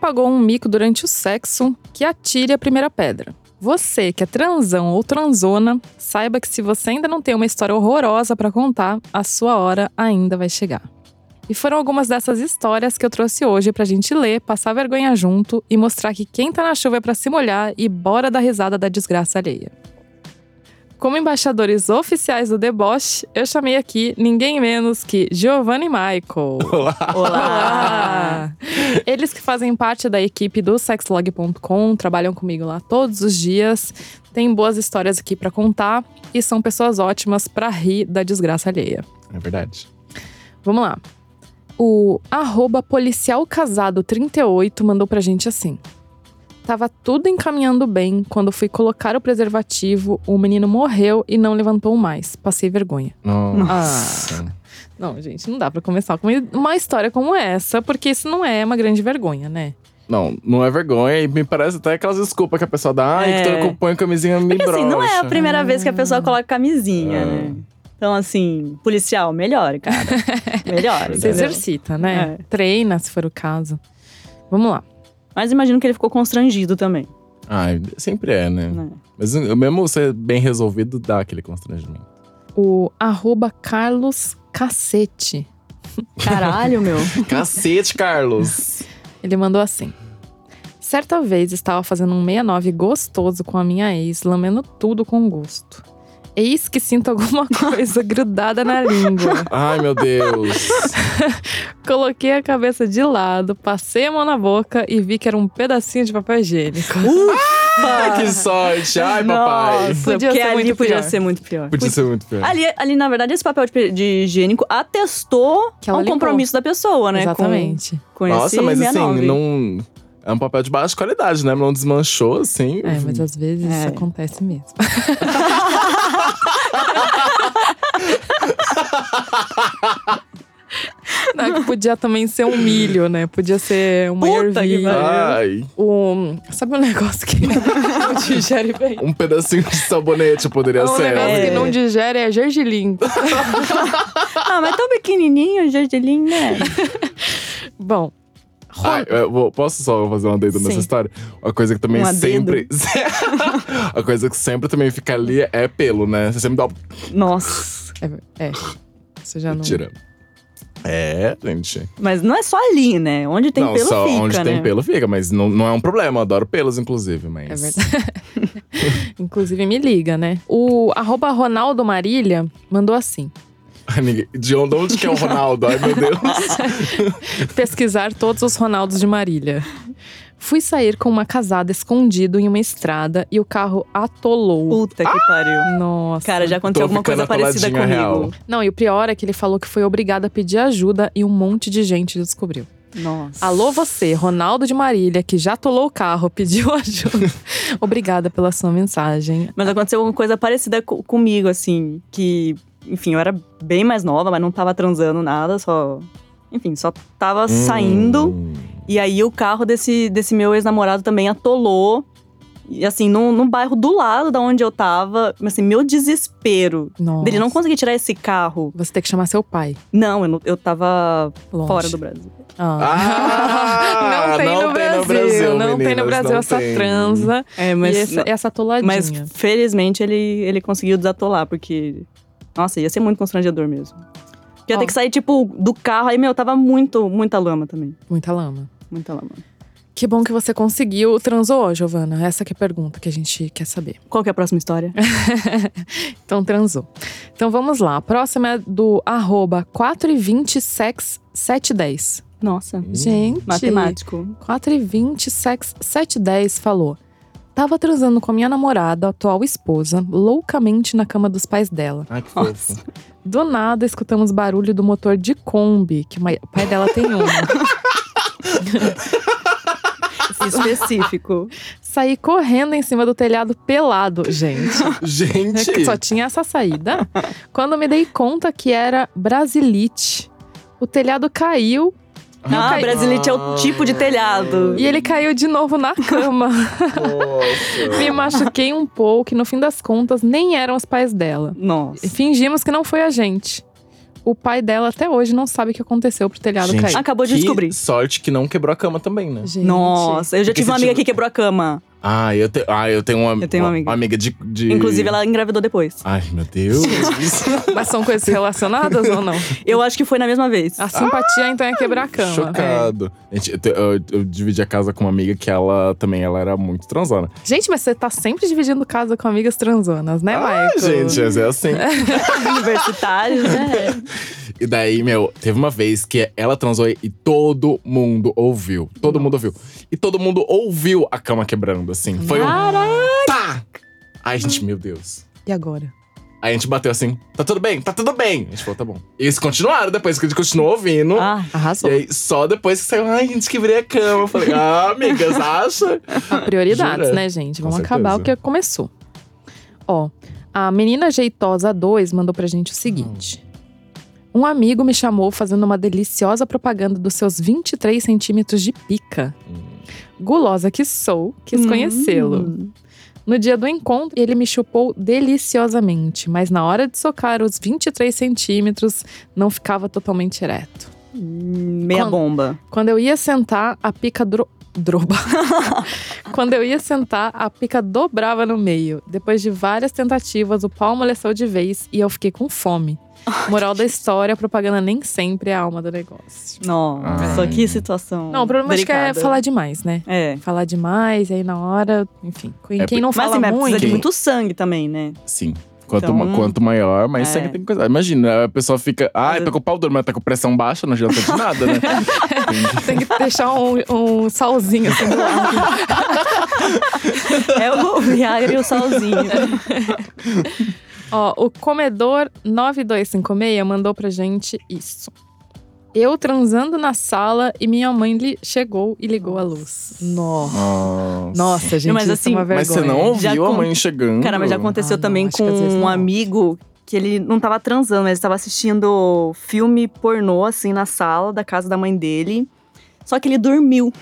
pagou um mico durante o sexo, que atire a primeira pedra. Você que é transão ou transona, saiba que se você ainda não tem uma história horrorosa para contar, a sua hora ainda vai chegar. E foram algumas dessas histórias que eu trouxe hoje pra gente ler, passar vergonha junto e mostrar que quem tá na chuva é pra se molhar e bora dar risada da desgraça alheia. Como embaixadores oficiais do deboche, eu chamei aqui ninguém menos que Giovanni e Michael. Olá. Olá! Eles que fazem parte da equipe do sexlog.com, trabalham comigo lá todos os dias, têm boas histórias aqui pra contar e são pessoas ótimas pra rir da desgraça alheia. É verdade. Vamos lá. O arroba policial casado 38 mandou pra gente assim. Tava tudo encaminhando bem quando fui colocar o preservativo, o menino morreu e não levantou mais. Passei vergonha. Nossa. Não, gente, não dá pra começar com uma história como essa, porque isso não é uma grande vergonha, né? Não, não é vergonha. E me parece até aquelas desculpas que a pessoa dá. Ai, É. que todo põe camisinha me Porque assim, não é a brocha." primeira vez que a pessoa coloca Ah. camisinha, né? Então, assim, policial, melhor, cara. melhor. Se Entendeu? exercita, né? Treina, se for o caso. Vamos lá. Mas imagino que ele ficou constrangido também. Ai, sempre é, né? Né? Mas mesmo ser bem resolvido, dá aquele constrangimento. O arroba Carlos Cacete Caralho, meu. Cacete, Carlos! Ele mandou assim. Certa vez estava fazendo um 69 gostoso com a minha ex, lambendo tudo com gosto. Eis que sinto alguma coisa grudada na língua. Ai, meu Deus. Coloquei a cabeça de lado, passei a mão na boca e vi que era um pedacinho de papel higiênico. né? Ai, que sorte. Ai, papai. Nossa, Podia porque ser ali muito podia pior. ser muito pior. Podia ser muito pior. Ali, ali, na verdade, esse papel de, de higiênico atestou Que ela um limpou. compromisso da pessoa, né? com- Exatamente. Com, esse Nossa, mas assim, 69. não. É um papel de baixa qualidade, né? Não desmanchou, assim. É, mas às vezes isso É. acontece mesmo. Não, é que podia também ser um milho, né? Podia ser uma Puta que ervilha. Ai, o. Sabe um negócio que não digere bem? um pedacinho de sabonete poderia um ser. negócio É. que não digere é gergelim. Ah, mas tão pequenininho, gergelim, né? Bom. Ro- Ai, eu vou- posso só fazer um adendo Sim. nessa história? Uma coisa que também Um adendo. sempre. a coisa que sempre também fica ali é pelo, né? Você sempre dá. uma- Nossa. É. Você já não. Mentira. É, gente. Mas não é só ali, né? Onde tem não, pelo só fica, onde né? tem pelo fica, mas não, não é um problema. Eu adoro pelos, inclusive, mas. É verdade. Inclusive, me liga, né? O arroba Ronaldo Marília mandou assim: Ninguém- De onde, onde que é o Ronaldo? Ai, meu Deus. pesquisar todos os Ronaldos de Marília. Fui sair com uma casada escondido em uma estrada e o carro atolou. Puta que Ah! pariu. Nossa. Cara, já aconteceu Tô alguma coisa ficando parecida comigo. atoladinho, é real. Não, e o pior é que ele falou que foi obrigado a pedir ajuda e um monte de gente descobriu. Nossa. Alô você, Ronaldo de Marília, que já tolou o carro, pediu ajuda. Obrigada pela sua mensagem. Mas aconteceu alguma coisa parecida co- comigo, assim, que, enfim, eu era bem mais nova, mas não tava transando nada, só. Enfim, só tava saindo. Hum. E aí o carro desse, desse meu ex-namorado também atolou. E assim, num, num bairro do lado da onde eu tava. Mas assim, meu desespero. Nossa. Dele não conseguir tirar esse carro. Você tem que chamar seu pai. Não, eu, não- eu tava Longe. fora do Brasil. Ah, não tem, não no, tem Brasil, no Brasil, Não tem no meninas, Brasil não essa tem. transa É, e essa, essa atoladinha. mas felizmente ele, ele conseguiu desatolar, porque. Nossa, ia ser muito constrangedor mesmo. Porque ia Ó. ter que sair, tipo, do carro. Aí, meu, tava muito, muita lama também. Muita lama. Muita lama. Que bom que você conseguiu. Transou, Giovana? Essa que é a pergunta que a gente quer saber. Qual que é a próxima história? Então, transou. Então, vamos lá. A próxima é do arroba 420sex710. Nossa. Hum. Gente. Matemático. 4 e 20 sex 710 falou. Tava transando com a minha namorada, atual esposa, loucamente na cama dos pais dela. Ai, que Nossa. fofo. Do nada, escutamos barulho do motor de Kombi, que o mai- o pai dela tem um. uma. Específico. Saí correndo em cima do telhado pelado, gente. Gente. Só tinha essa saída. Quando me dei conta que era brasilite, o telhado caiu Ah, cai- brasilite é o tipo de telhado. e ele caiu de novo na cama. Nossa. me machuquei um pouco e no fim das contas nem eram os pais dela. Nossa. E Fingimos que não foi a gente. O pai dela até hoje não sabe o que aconteceu pro telhado Gente, cair. Acabou de que descobrir. sorte que não quebrou a cama também, né? Gente. Nossa, eu já Porque tive uma se amiga tiver- que quebrou a cama. Ah, eu, te... ah, eu tenho uma, Eu tenho uma amiga. de, de- Inclusive, ela engravidou depois. Ai, meu Deus. Mas são coisas relacionadas ou não? Ah. Eu acho que foi na mesma vez. A simpatia, então, é quebrar a cama. Chocado. Gente, eu, te- eu- eu dividi a casa com uma amiga que ela também ela era muito transona. Gente, mas você tá sempre dividindo casa com amigas transonas, né, Ah, Michael? gente, mas é assim. Universitários, né? E daí, meu, teve uma vez que ela transou e todo mundo ouviu. Todo mundo ouviu. E todo mundo ouviu a cama quebrando, assim. Foi um Caraca! tá! Ai, gente, meu Deus. E agora? Aí a gente bateu assim, tá tudo bem, tá tudo bem. A gente falou, tá bom. E eles continuaram, depois que a gente continuou ouvindo. Ah, Arrasou. E aí, só depois que saiu, ai, gente, quebrei a cama. Eu falei, ah, amigas, acha? Prioridades, Jura? né, gente? Com Vamos acabar o que certeza. começou. Ó, a menina jeitosa 2 mandou pra gente o seguinte. Um amigo me chamou fazendo uma deliciosa propaganda dos seus 23 centímetros de pica. Hum. Gulosa que sou, quis conhecê-lo. Hum. No dia do encontro, ele me chupou deliciosamente, mas na hora de socar os 23 centímetros, não ficava totalmente ereto. Hum, Meia Quando- bomba. Quando eu ia sentar, a pica dro... droba. Quando eu ia sentar, a pica dobrava no meio. Depois de várias tentativas, o pau amoleceu de vez e eu fiquei com fome. Moral da história, a propaganda nem sempre é a alma do negócio. Nossa, Ai. que situação. Não, o problema acho que é Hum, delicada. falar demais, né? É. Falar demais, e aí na hora, enfim. Quem, É, quem não Mas fala assim, mas precisa de muito. muito sangue também, né? Sim. Quanto, Então, ma- quanto maior, mais é. sangue tem que coisa. Imagina, a pessoa fica. Ai, tá com o pau duro, mas tá com pressão baixa, não adianta de nada, né? Tem que deixar um, um salzinho assim do lado. É o Viagra e o salzinho. Uhum. Ó, o comedor 9256 mandou pra gente isso. Eu transando na sala e minha mãe li- chegou e ligou a luz. Nossa. Nossa. Nossa, gente, mas isso assim, é uma vergonha. Mas você não Já ouviu a con- mãe chegando? Cara, mas já aconteceu Ah, não, também acho com que às vezes um não. amigo que ele não tava transando, mas ele tava assistindo filme pornô, assim, na sala da casa da mãe dele. Só que ele dormiu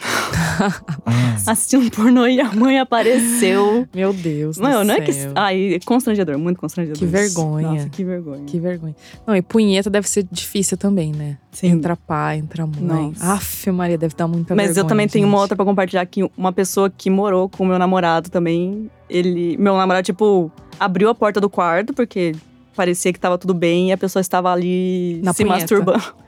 assistindo pornô e a mãe apareceu. Meu Deus Não, do não é céu. que. Ai, é constrangedor, muito constrangedor. Que vergonha. Nossa, que vergonha. Que vergonha. Não, e punheta deve ser difícil também, né? Sim. Entra pai, entra mãe. Nossa. Aff, Maria, deve dar muita Tá vergonha. Mas eu também tenho uma gente. outra pra compartilhar que uma pessoa que morou com o meu namorado também, ele, meu namorado tipo abriu a porta do quarto porque parecia que tava tudo bem e a pessoa estava ali Na se punheta. masturbando.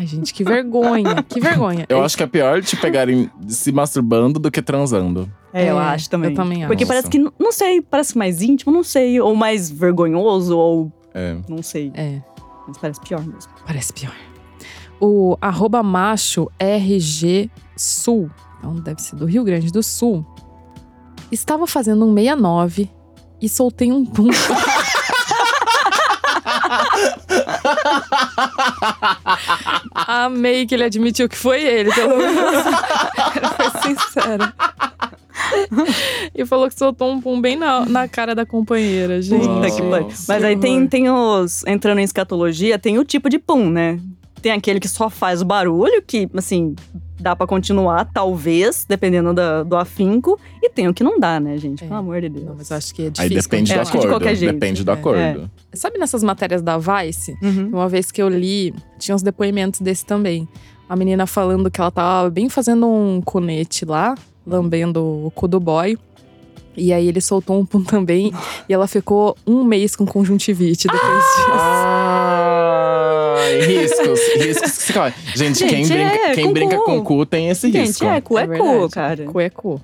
Ai, gente, que vergonha. que vergonha. Eu acho que é pior te pegarem se masturbando do que transando. É, eu acho também. Eu também acho. Porque parece que não sei, parece mais íntimo, não sei, ou mais vergonhoso ou É. não sei, É. mas parece pior mesmo. Parece pior. O arroba macho RG Sul, então deve ser do Rio Grande do Sul, estava fazendo um 69 e soltei um pum. Amei que ele admitiu que foi ele, pelo menos. ele foi sincero. e falou que soltou um pum bem na, na cara da companheira, gente. Puta que pariu. Nossa. Mas aí tem, horror. tem os entrando em escatologia, tem o tipo de pum, né? Tem aquele que só faz o barulho, que assim, dá pra continuar, talvez, dependendo da- do afinco, e tem o que não dá, né, gente? É. Pelo amor de Deus. Não, mas eu acho que é Aí difícil. depende do continuar. acho que de acordo. qualquer jeito. Depende do É. acordo. Sabe nessas matérias da Vice? Uhum. Uma vez que eu li, tinha uns depoimentos desse também. A menina falando que ela tava bem fazendo um cunete lá, lambendo o cu do boy. E aí ele soltou um pum também. e ela ficou um mês com conjuntivite depois É. Ah! disso. Ai, riscos, riscos que se corre. Gente, Gente, quem, brinca, é, quem com brinca cu. com cu tem esse Gente, risco. é, cu é, É cu, verdade. cara. Cu é cu.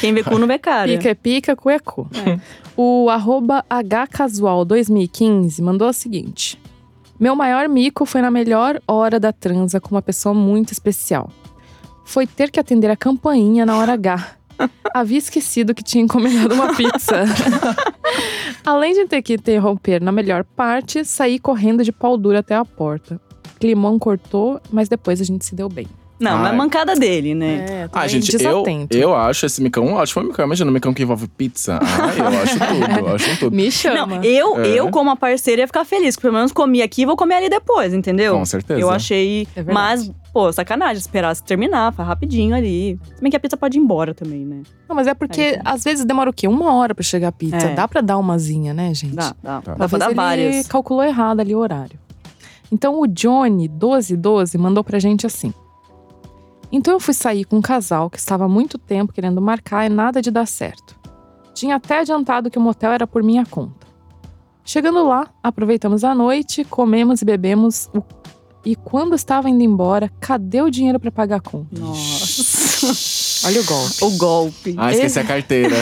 Quem vê cu não vê cara. Pica é pica, cu é cu. O arroba hcasual2015 mandou o seguinte. Meu maior mico foi na melhor hora da transa com uma pessoa muito especial. Foi ter que atender a campainha na hora H. Havia esquecido que tinha encomendado uma pizza. Além de ter que interromper na melhor parte, saí correndo de pau duro até a porta. Climão cortou, mas depois a gente se deu bem. Não, Ai. é mancada dele, né? Ah, gente, eu, eu acho esse micão ótimo. Micão, imagina um micão que envolve pizza. Ah, eu acho tudo, eu acho tudo. Me chama. Não, eu, É. eu, como a parceira, ia ficar feliz. porque Pelo menos comi aqui e vou comer ali depois, entendeu? Com certeza. Então, Eu achei. É verdade. mas, pô, sacanagem, esperasse terminar, faz rapidinho ali. Se bem que a pizza pode ir embora também, né? Não, mas é porque Aí, então. às vezes demora o quê? Uma hora pra chegar a pizza. É. Dá pra dar umazinha, né, gente? Dá, Tá. dá. Dá pra Talvez dar ele várias. calculou errado ali o horário. Então o Johnny1212 mandou pra gente assim. Então eu fui sair com um casal que estava há muito tempo querendo marcar e nada de dar certo. Tinha até adiantado que o motel era por minha conta. Chegando lá, aproveitamos a noite, comemos e bebemos. o- E quando estava indo embora, cadê o dinheiro para pagar a conta? Nossa. Olha o golpe. o golpe. Ah, esqueci a carteira.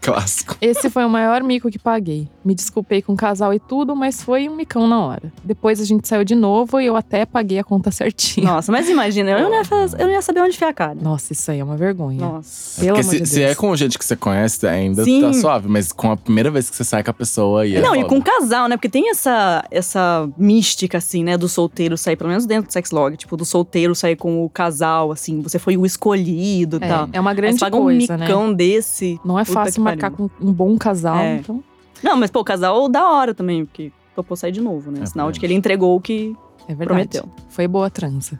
Clássico. Esse foi o maior mico que paguei. Me desculpei com o casal e tudo, mas foi um micão na hora. Depois a gente saiu de novo e eu até paguei a conta certinha. Nossa, mas imagina, eu não, ia, faz- eu não ia saber onde enfiar a cara. Nossa, isso aí é uma vergonha. Nossa. Pelo Porque amor se, de se Deus. é com gente que você conhece, ainda tá Sim. suave. Mas com a primeira vez que você sai com a pessoa aí. é não, e foda. com casal, né? Porque tem essa, essa mística, assim, né? Do solteiro sair, pelo menos dentro do sex log. Tipo, do solteiro sair com o casal, assim. Você foi o escolhido e tal. É, é uma Aí você grande paga um coisa, né? micão desse. Não é Puta fácil que marcar com um bom casal. É. Então, Não, mas pô, o casal da hora também, porque topou sair de novo, né? É Sinal de verdade. que ele entregou o que é verdade. prometeu. Foi boa a transa.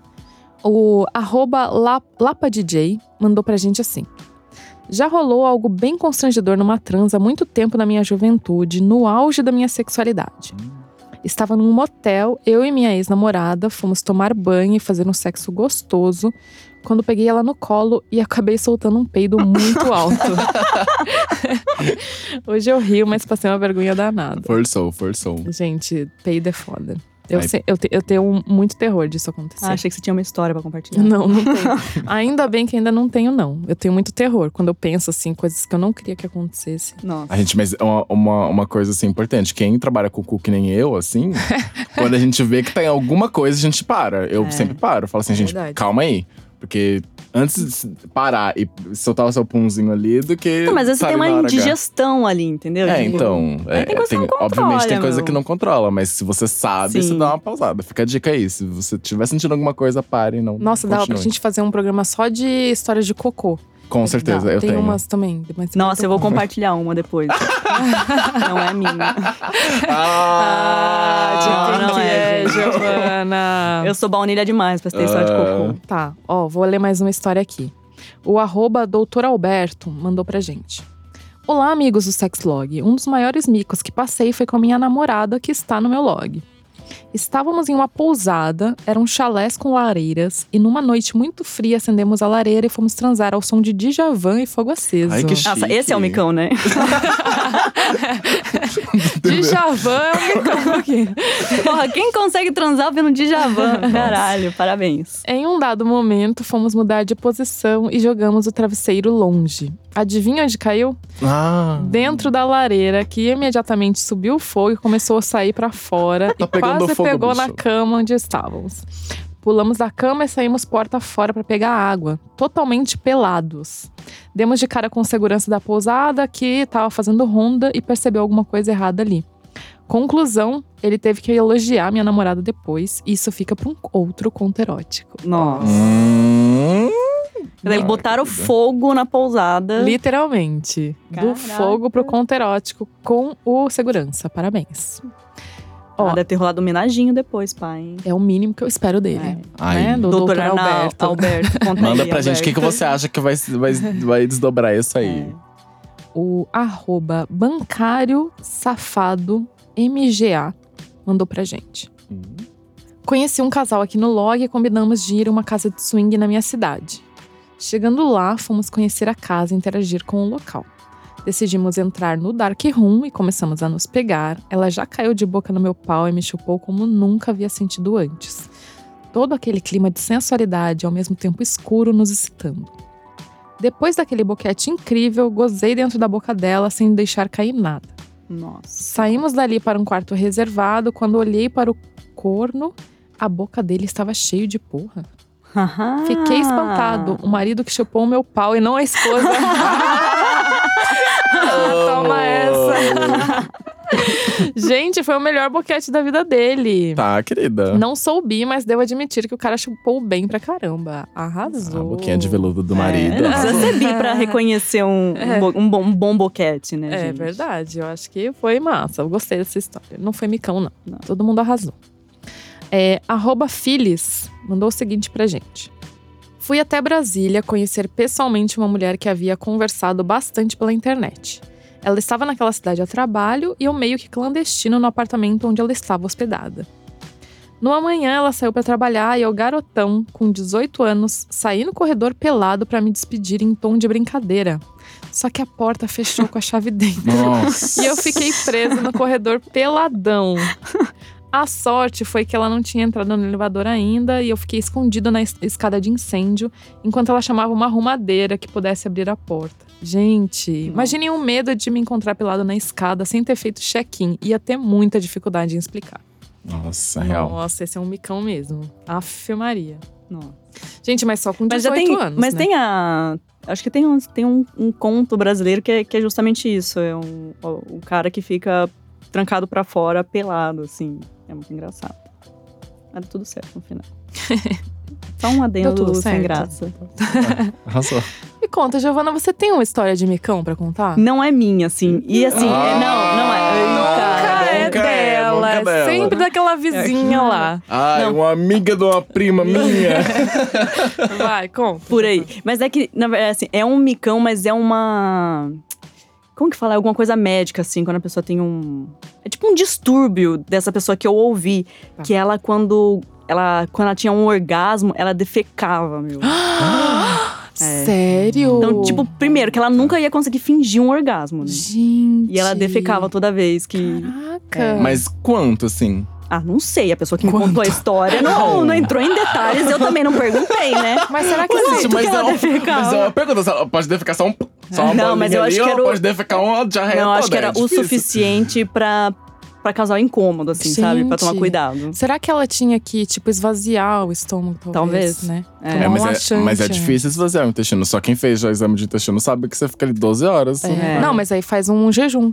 O arroba La- LapaDJ mandou pra gente assim. Já rolou algo bem constrangedor numa transa há muito tempo na minha juventude, no auge da minha sexualidade. Estava num motel, eu e minha ex-namorada fomos tomar banho e fazer um sexo gostoso. Quando peguei ela no colo e acabei soltando um peido muito alto. Hoje eu rio, mas passei uma vergonha danada. Forçou, forçou. Gente, peido é foda. Eu, Ai. sei- eu, te- eu tenho um- muito terror disso acontecer. Ah, achei que você tinha uma história pra compartilhar. Não, não tenho. ainda bem que ainda não tenho, não. Eu tenho muito terror quando eu penso, assim, coisas que eu não queria que acontecesse. Nossa. A gente, mas é uma, uma, uma coisa assim importante. Quem trabalha com cu que nem eu, assim, quando a gente vê que tem alguma coisa, a gente para. Eu É. sempre paro. Falo assim, gente, Verdade. calma aí. Porque antes de parar e soltar o seu punzinho ali do que. Não, mas às vezes sabe, tem uma na hora H. indigestão ali, entendeu? É, Tipo, então. é, tem coisa que não controla, obviamente tem coisa meu. que não controla, mas se você sabe, você Sim. dá uma pausada. Fica a dica aí. Se você tiver sentindo alguma coisa, pare e não. Nossa, dava pra continue. gente fazer um programa só de histórias de cocô. Com certeza, Dá. eu Tem tenho. umas também. Mas Nossa, eu vou compartilhar uma depois. não é minha. Ah, de quem não que é, é, gente. Giovana? Eu sou baunilha demais pra ter história de Ah. cocô. Tá, ó, vou ler mais uma história aqui. O arroba doutor Alberto mandou pra gente. Olá, amigos do Sexlog. Um dos maiores micos que passei foi com a minha namorada, que está no meu log. Estávamos em uma pousada, eram chalés com lareiras, e numa noite muito fria acendemos a lareira e fomos transar ao som de Djavan e fogo aceso. Ai, que chique. Nossa, esse é o micão, né? né? Djavan é um micão aqui. Porra, quem consegue transar vendo Djavan? Caralho, parabéns. Em um dado momento, fomos mudar de posição e jogamos o travesseiro longe. Adivinha onde caiu? Ah. Dentro da lareira, que imediatamente subiu o fogo e começou a sair pra fora. Tá e pegando quase fogo, pegou na bicho. cama onde estávamos. Pulamos da cama e saímos porta fora pra pegar água, totalmente pelados. Demos de cara com o segurança da pousada, que tava fazendo ronda e percebeu alguma coisa errada ali. Conclusão, ele teve que elogiar minha namorada depois, e isso fica pra um outro conto erótico. Nossa. Hum. Daí Ah, botaram querida. fogo na pousada. Literalmente. Do Caraca. fogo pro conto erótico com o segurança. Parabéns. Ah, Ó. deve ter rolado um homenagem depois, pai. hein? É o mínimo que eu espero dele. É. Ai, Né? Do doutor Arnal- Alberto. Alberto, conta Manda aí, pra gente o que, que Alberto. você acha que vai, vai, vai desdobrar isso aí. É. O arroba bancário safado MGA mandou pra gente. Conheci um casal aqui no log e combinamos de ir a uma casa de swing na minha cidade. Chegando lá, fomos conhecer a casa e interagir com o local. Decidimos entrar no Dark Room e começamos a nos pegar. Ela já caiu de boca no meu pau e me chupou como nunca havia sentido antes. Todo aquele clima de sensualidade, ao mesmo tempo escuro, nos excitando. Depois daquele boquete incrível, gozei dentro da boca dela sem deixar cair nada. Nossa. Saímos dali para um quarto reservado. Quando olhei para o corno, a boca dele estava cheio de porra. Ah. Fiquei espantado. O marido que chupou o meu pau e não a esposa. Ah, Toma essa. Gente, foi o melhor boquete da vida dele. Tá, querida. Não soubi, mas devo admitir que o cara chupou bem pra caramba. Arrasou. A Ah, boquinha de veludo do marido. É, não precisa ser bi pra reconhecer um, um bo- um bom, um bom boquete, né, É gente? verdade, eu acho que foi massa. Eu gostei dessa história. Não foi micão, não. Não. Todo mundo arrasou. É, arroba Filis mandou o seguinte pra gente. Fui até Brasília conhecer pessoalmente uma mulher que havia conversado bastante pela internet. Ela estava naquela cidade a trabalho e eu meio que clandestino no apartamento onde ela estava hospedada. No amanhã, ela saiu pra trabalhar e eu, garotão, com 18 anos, saí no corredor pelado pra me despedir em tom de brincadeira. Só que a porta fechou com a chave dentro. Nossa. E eu fiquei presa no corredor peladão. A sorte foi que ela não tinha entrado no elevador ainda e eu fiquei escondida na es- escada de incêndio enquanto ela chamava uma arrumadeira que pudesse abrir a porta. Gente, imaginem o medo de me encontrar pelado na escada sem ter feito check-in. Ia ter muita dificuldade em explicar. Nossa, real. Nossa, esse é um micão mesmo. Afe Maria. Nossa. Gente, mas só com 18 Mas já tem. anos. mas né? tem a. Acho que tem um, tem um, um conto brasileiro que é, que é justamente isso. É um, o, o cara que fica trancado pra fora, pelado, assim. É muito engraçado. Mas tudo certo no final. Só um Deu adendo tudo sem certo. graça. Arrasou. Me conta, Giovana, você tem uma história de micão pra contar? Não é minha, assim. E assim, Ah! é- não, não é. Nunca Nunca. é Nunca dela. é, nunca é dela. É Sempre daquela vizinha não. lá. Ai, Não. uma amiga de uma prima minha. Vai, conta. Por aí. Mas é que, na verdade, assim, é um micão, mas é uma. Como que fala? É alguma coisa médica, assim, quando a pessoa tem um. É tipo um distúrbio dessa pessoa que eu ouvi. Tá. Que ela, quando. Ela, quando ela tinha um orgasmo, ela defecava, meu. É. Sério? Então, tipo, primeiro, que ela nunca ia conseguir fingir um orgasmo, né? gente. E ela defecava toda vez que. Caraca. É. Mas quanto, assim? Ah, não sei, a pessoa que me Quanto? contou a história não, não entrou em detalhes, eu também não perguntei, né? Mas será que Quanto Gente, que mas, ela é uma, defecava? mas é uma pergunta. se ela Pode defecar só um. Só uma Não, mas eu bolinha ali, acho que ou ela era o- pode defecar uma jarreia Não, acho que toda, era é o difícil. suficiente pra, pra causar um incômodo, assim, sabe? Pra tomar Gente. cuidado. Será que ela tinha que, tipo, esvaziar o estômago, talvez? Talvez. né? É. Tomar É, um mas, é, laxante, mas né? é difícil esvaziar o intestino. Só quem fez já o exame de intestino sabe que você fica ali 12 horas. É. É. Não, mas aí faz um jejum.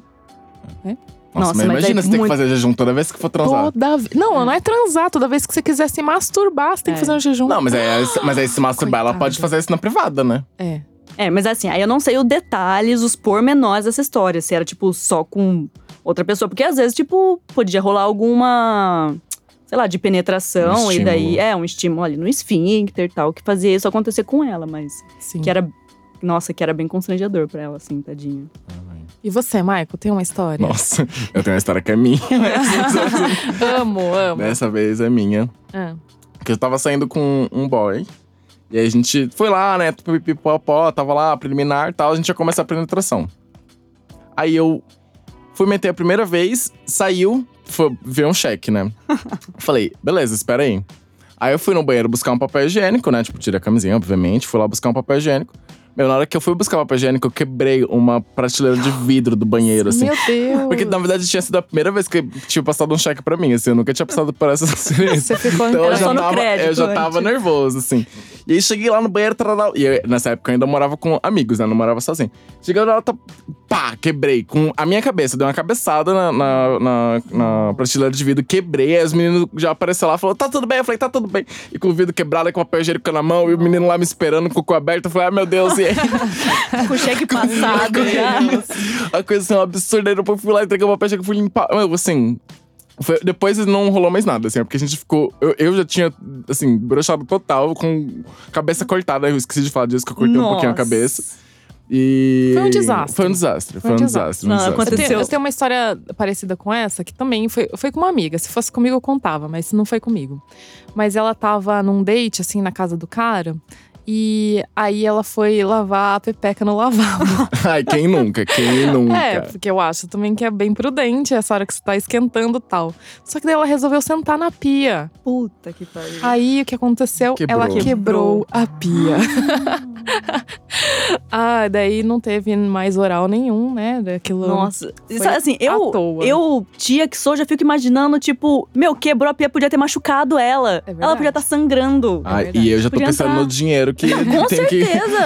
Nossa, Nossa, mas, mas imagina é você ter que muito- fazer jejum toda vez que for transar. Toda vez. Não, não é transar. Toda vez que você quiser se masturbar, você tem que É. fazer um jejum. Não, mas aí, mas é aí se masturbar, ela pode Coitada. fazer isso na privada, né? É. É, mas assim, aí eu não sei os detalhes, os pormenores dessa história. Se era, tipo, só com outra pessoa. Porque às vezes, tipo, podia rolar alguma. Sei lá, de penetração, Um e estímulo. daí é um estímulo ali no esfíncter e tal, que fazia isso acontecer com ela, mas Sim. que era. Nossa, que era bem constrangedor pra ela, assim, tadinha. E você, Maico, tem uma história? Nossa, eu tenho uma história que é minha. Amo, amo. Dessa vez é minha. Ah, Que eu tava saindo com um boy. E aí a gente foi lá, né? Pipipopó, tava lá, preliminar e tal. A gente ia começar a penetração. Aí eu fui meter a primeira vez, saiu, foi ver um cheque, né? Falei, beleza, espera aí. Aí eu fui no banheiro buscar um papel higiênico, né? Tipo, tirei a camisinha, obviamente. Fui lá buscar um papel higiênico. Meu, na hora que eu fui buscar o papel higiênico, eu quebrei uma prateleira de vidro do banheiro, assim. Meu Deus. Porque, na verdade, tinha sido a primeira vez que tinha passado um cheque pra mim, assim. Eu nunca tinha passado por essa experiência. Você ficou Então eu Era já, só no tava, crédito eu já tava antes. nervoso, assim. E aí cheguei lá no banheiro, tarará, e eu- nessa época eu ainda morava com amigos, né? Não morava sozinho. Cheguei lá, tá, pá, quebrei. Com a minha cabeça, dei uma cabeçada na, na, na- na prateleira de vidro, quebrei. Aí os meninos já apareceram lá e falaram, tá tudo bem? Eu falei, tá tudo bem. E com o vidro quebrado, e com o papel higiênico na mão, e o menino lá me esperando, com o cu aberto. Eu falei, ai meu Deus, e aí? Com o cheque passado né? já. A coisa assim, um absurda. Aí depois eu fui lá, entreguei uma pecha que eu fui limpar. Meu, assim. foi- depois não rolou mais nada, assim, porque a gente ficou. Eu, eu já tinha, assim, brochado total, com cabeça cortada. Eu esqueci de falar disso, que eu cortei um pouquinho a Nossa. cabeça. E. Foi um desastre. Foi um desastre. Foi um desastre. um Não, Eu desastre. tenho, Aconteceu. eu tenho uma história parecida com essa, que também foi, foi com uma amiga. Se fosse comigo, eu contava, mas não foi comigo. Mas ela tava num date, assim, na casa do cara. E aí ela foi lavar a pepeca no lavabo. Ai, quem nunca? Quem nunca? É, porque eu acho também que é bem prudente essa hora que você tá esquentando e tal. Só que daí ela resolveu sentar na pia. Puta que pariu. Aí o que aconteceu? Quebrou. Ela quebrou a pia. ah, daí não teve mais oral nenhum, né? Daquilo. Nossa, Foi assim, eu, à toa. eu, tia que sou, já fico imaginando, tipo, meu, quebrou a pia, podia ter machucado ela. É verdade. ela podia estar sangrando. Ah, Ai, verdade. e eu já tô Podia pensando entrar. no dinheiro que Com tem que. certeza!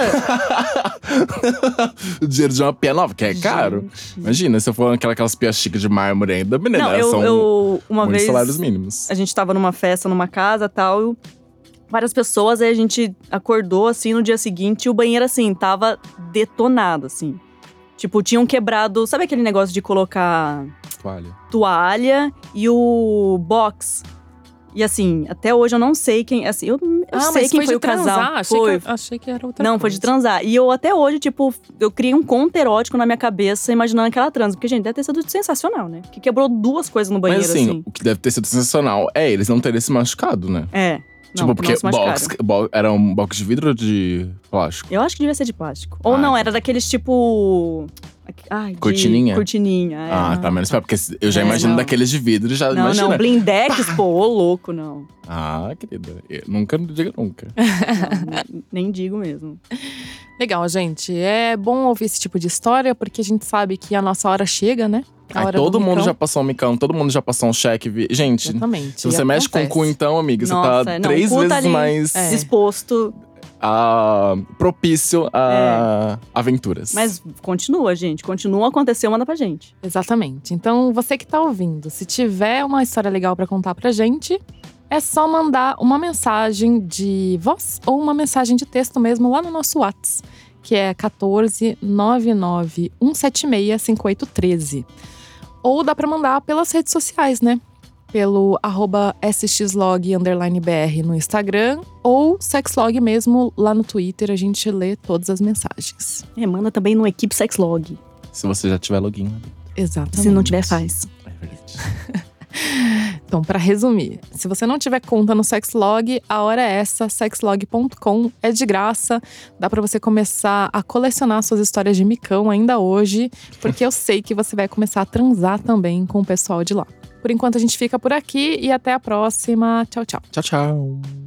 o dinheiro de uma pia nova, que é caro. Imagina, se eu for naquela- aquelas pias chiques de mármore ainda, menina, Não, eu, são eu uma muitos vez. é salários mínimos. A gente tava numa festa, numa casa tal. Várias pessoas, aí a gente acordou assim no dia seguinte e o banheiro, assim, tava detonado, assim. Tipo, tinham quebrado. Sabe aquele negócio de colocar Toalha. toalha e o box? E assim, até hoje eu não sei quem. Assim, eu, eu sei quem foi, Ah, de o casal. transar? Achei, foi. Que, achei que era outra Não, foi de transar. E eu até hoje, tipo, eu criei um conto erótico na minha cabeça, imaginando aquela transa. Porque, gente, deve ter sido sensacional, né? Que quebrou duas coisas no banheiro, Mas assim, assim. o que deve ter sido sensacional é eles não terem se machucado, né? É. tipo, não, porque não se machucaram. box, bo- era um box de vidro ou de plástico? Eu acho que devia ser de plástico. Ou Ah, não, tá. era daqueles tipo. Ai, de- Cortininha? Cortininha. é. Ah, tá menos pior, porque eu já É, imagino não. daqueles de vidro, já Não, imagina. não, blindex, pô, ô louco, não. Ah, querida, eu nunca diga nunca. Não, n- nem digo mesmo. Legal, gente. É bom ouvir esse tipo de história, porque a gente sabe que a nossa hora chega, né? A Ai, hora todo do mundo micão. já passou um micão, todo mundo já passou um cheque. vi- Gente, Exatamente. se você mexe com o cu, acontece. então, amiga, Nossa, você tá não, três o cu vezes tá ali. mais É. Disposto. ah, propício a aventuras. É. Mas continua, gente. Continua a acontecer, manda pra gente. Exatamente. Então, você que tá ouvindo, se tiver uma história legal pra contar pra gente, é só mandar uma mensagem de voz ou uma mensagem de texto mesmo lá no nosso WhatsApp, que é 14 99 176 5813. Ou dá pra mandar pelas redes sociais, né? Pelo arroba sxlog underline br no Instagram ou sexlog mesmo lá no Twitter. A gente lê todas as mensagens. É, manda também no Equipe Sexlog. Se você já tiver login. né? Exatamente. Se não tiver, faz. É verdade. Então, para resumir, se você não tiver conta no Sexlog, a hora é essa, sexlog.com é de graça. Dá para você começar a colecionar suas histórias de micão ainda hoje, porque eu sei que você vai começar a transar também com o pessoal de lá. Por enquanto a gente fica por aqui e até a próxima. Tchau, tchau. Tchau, tchau.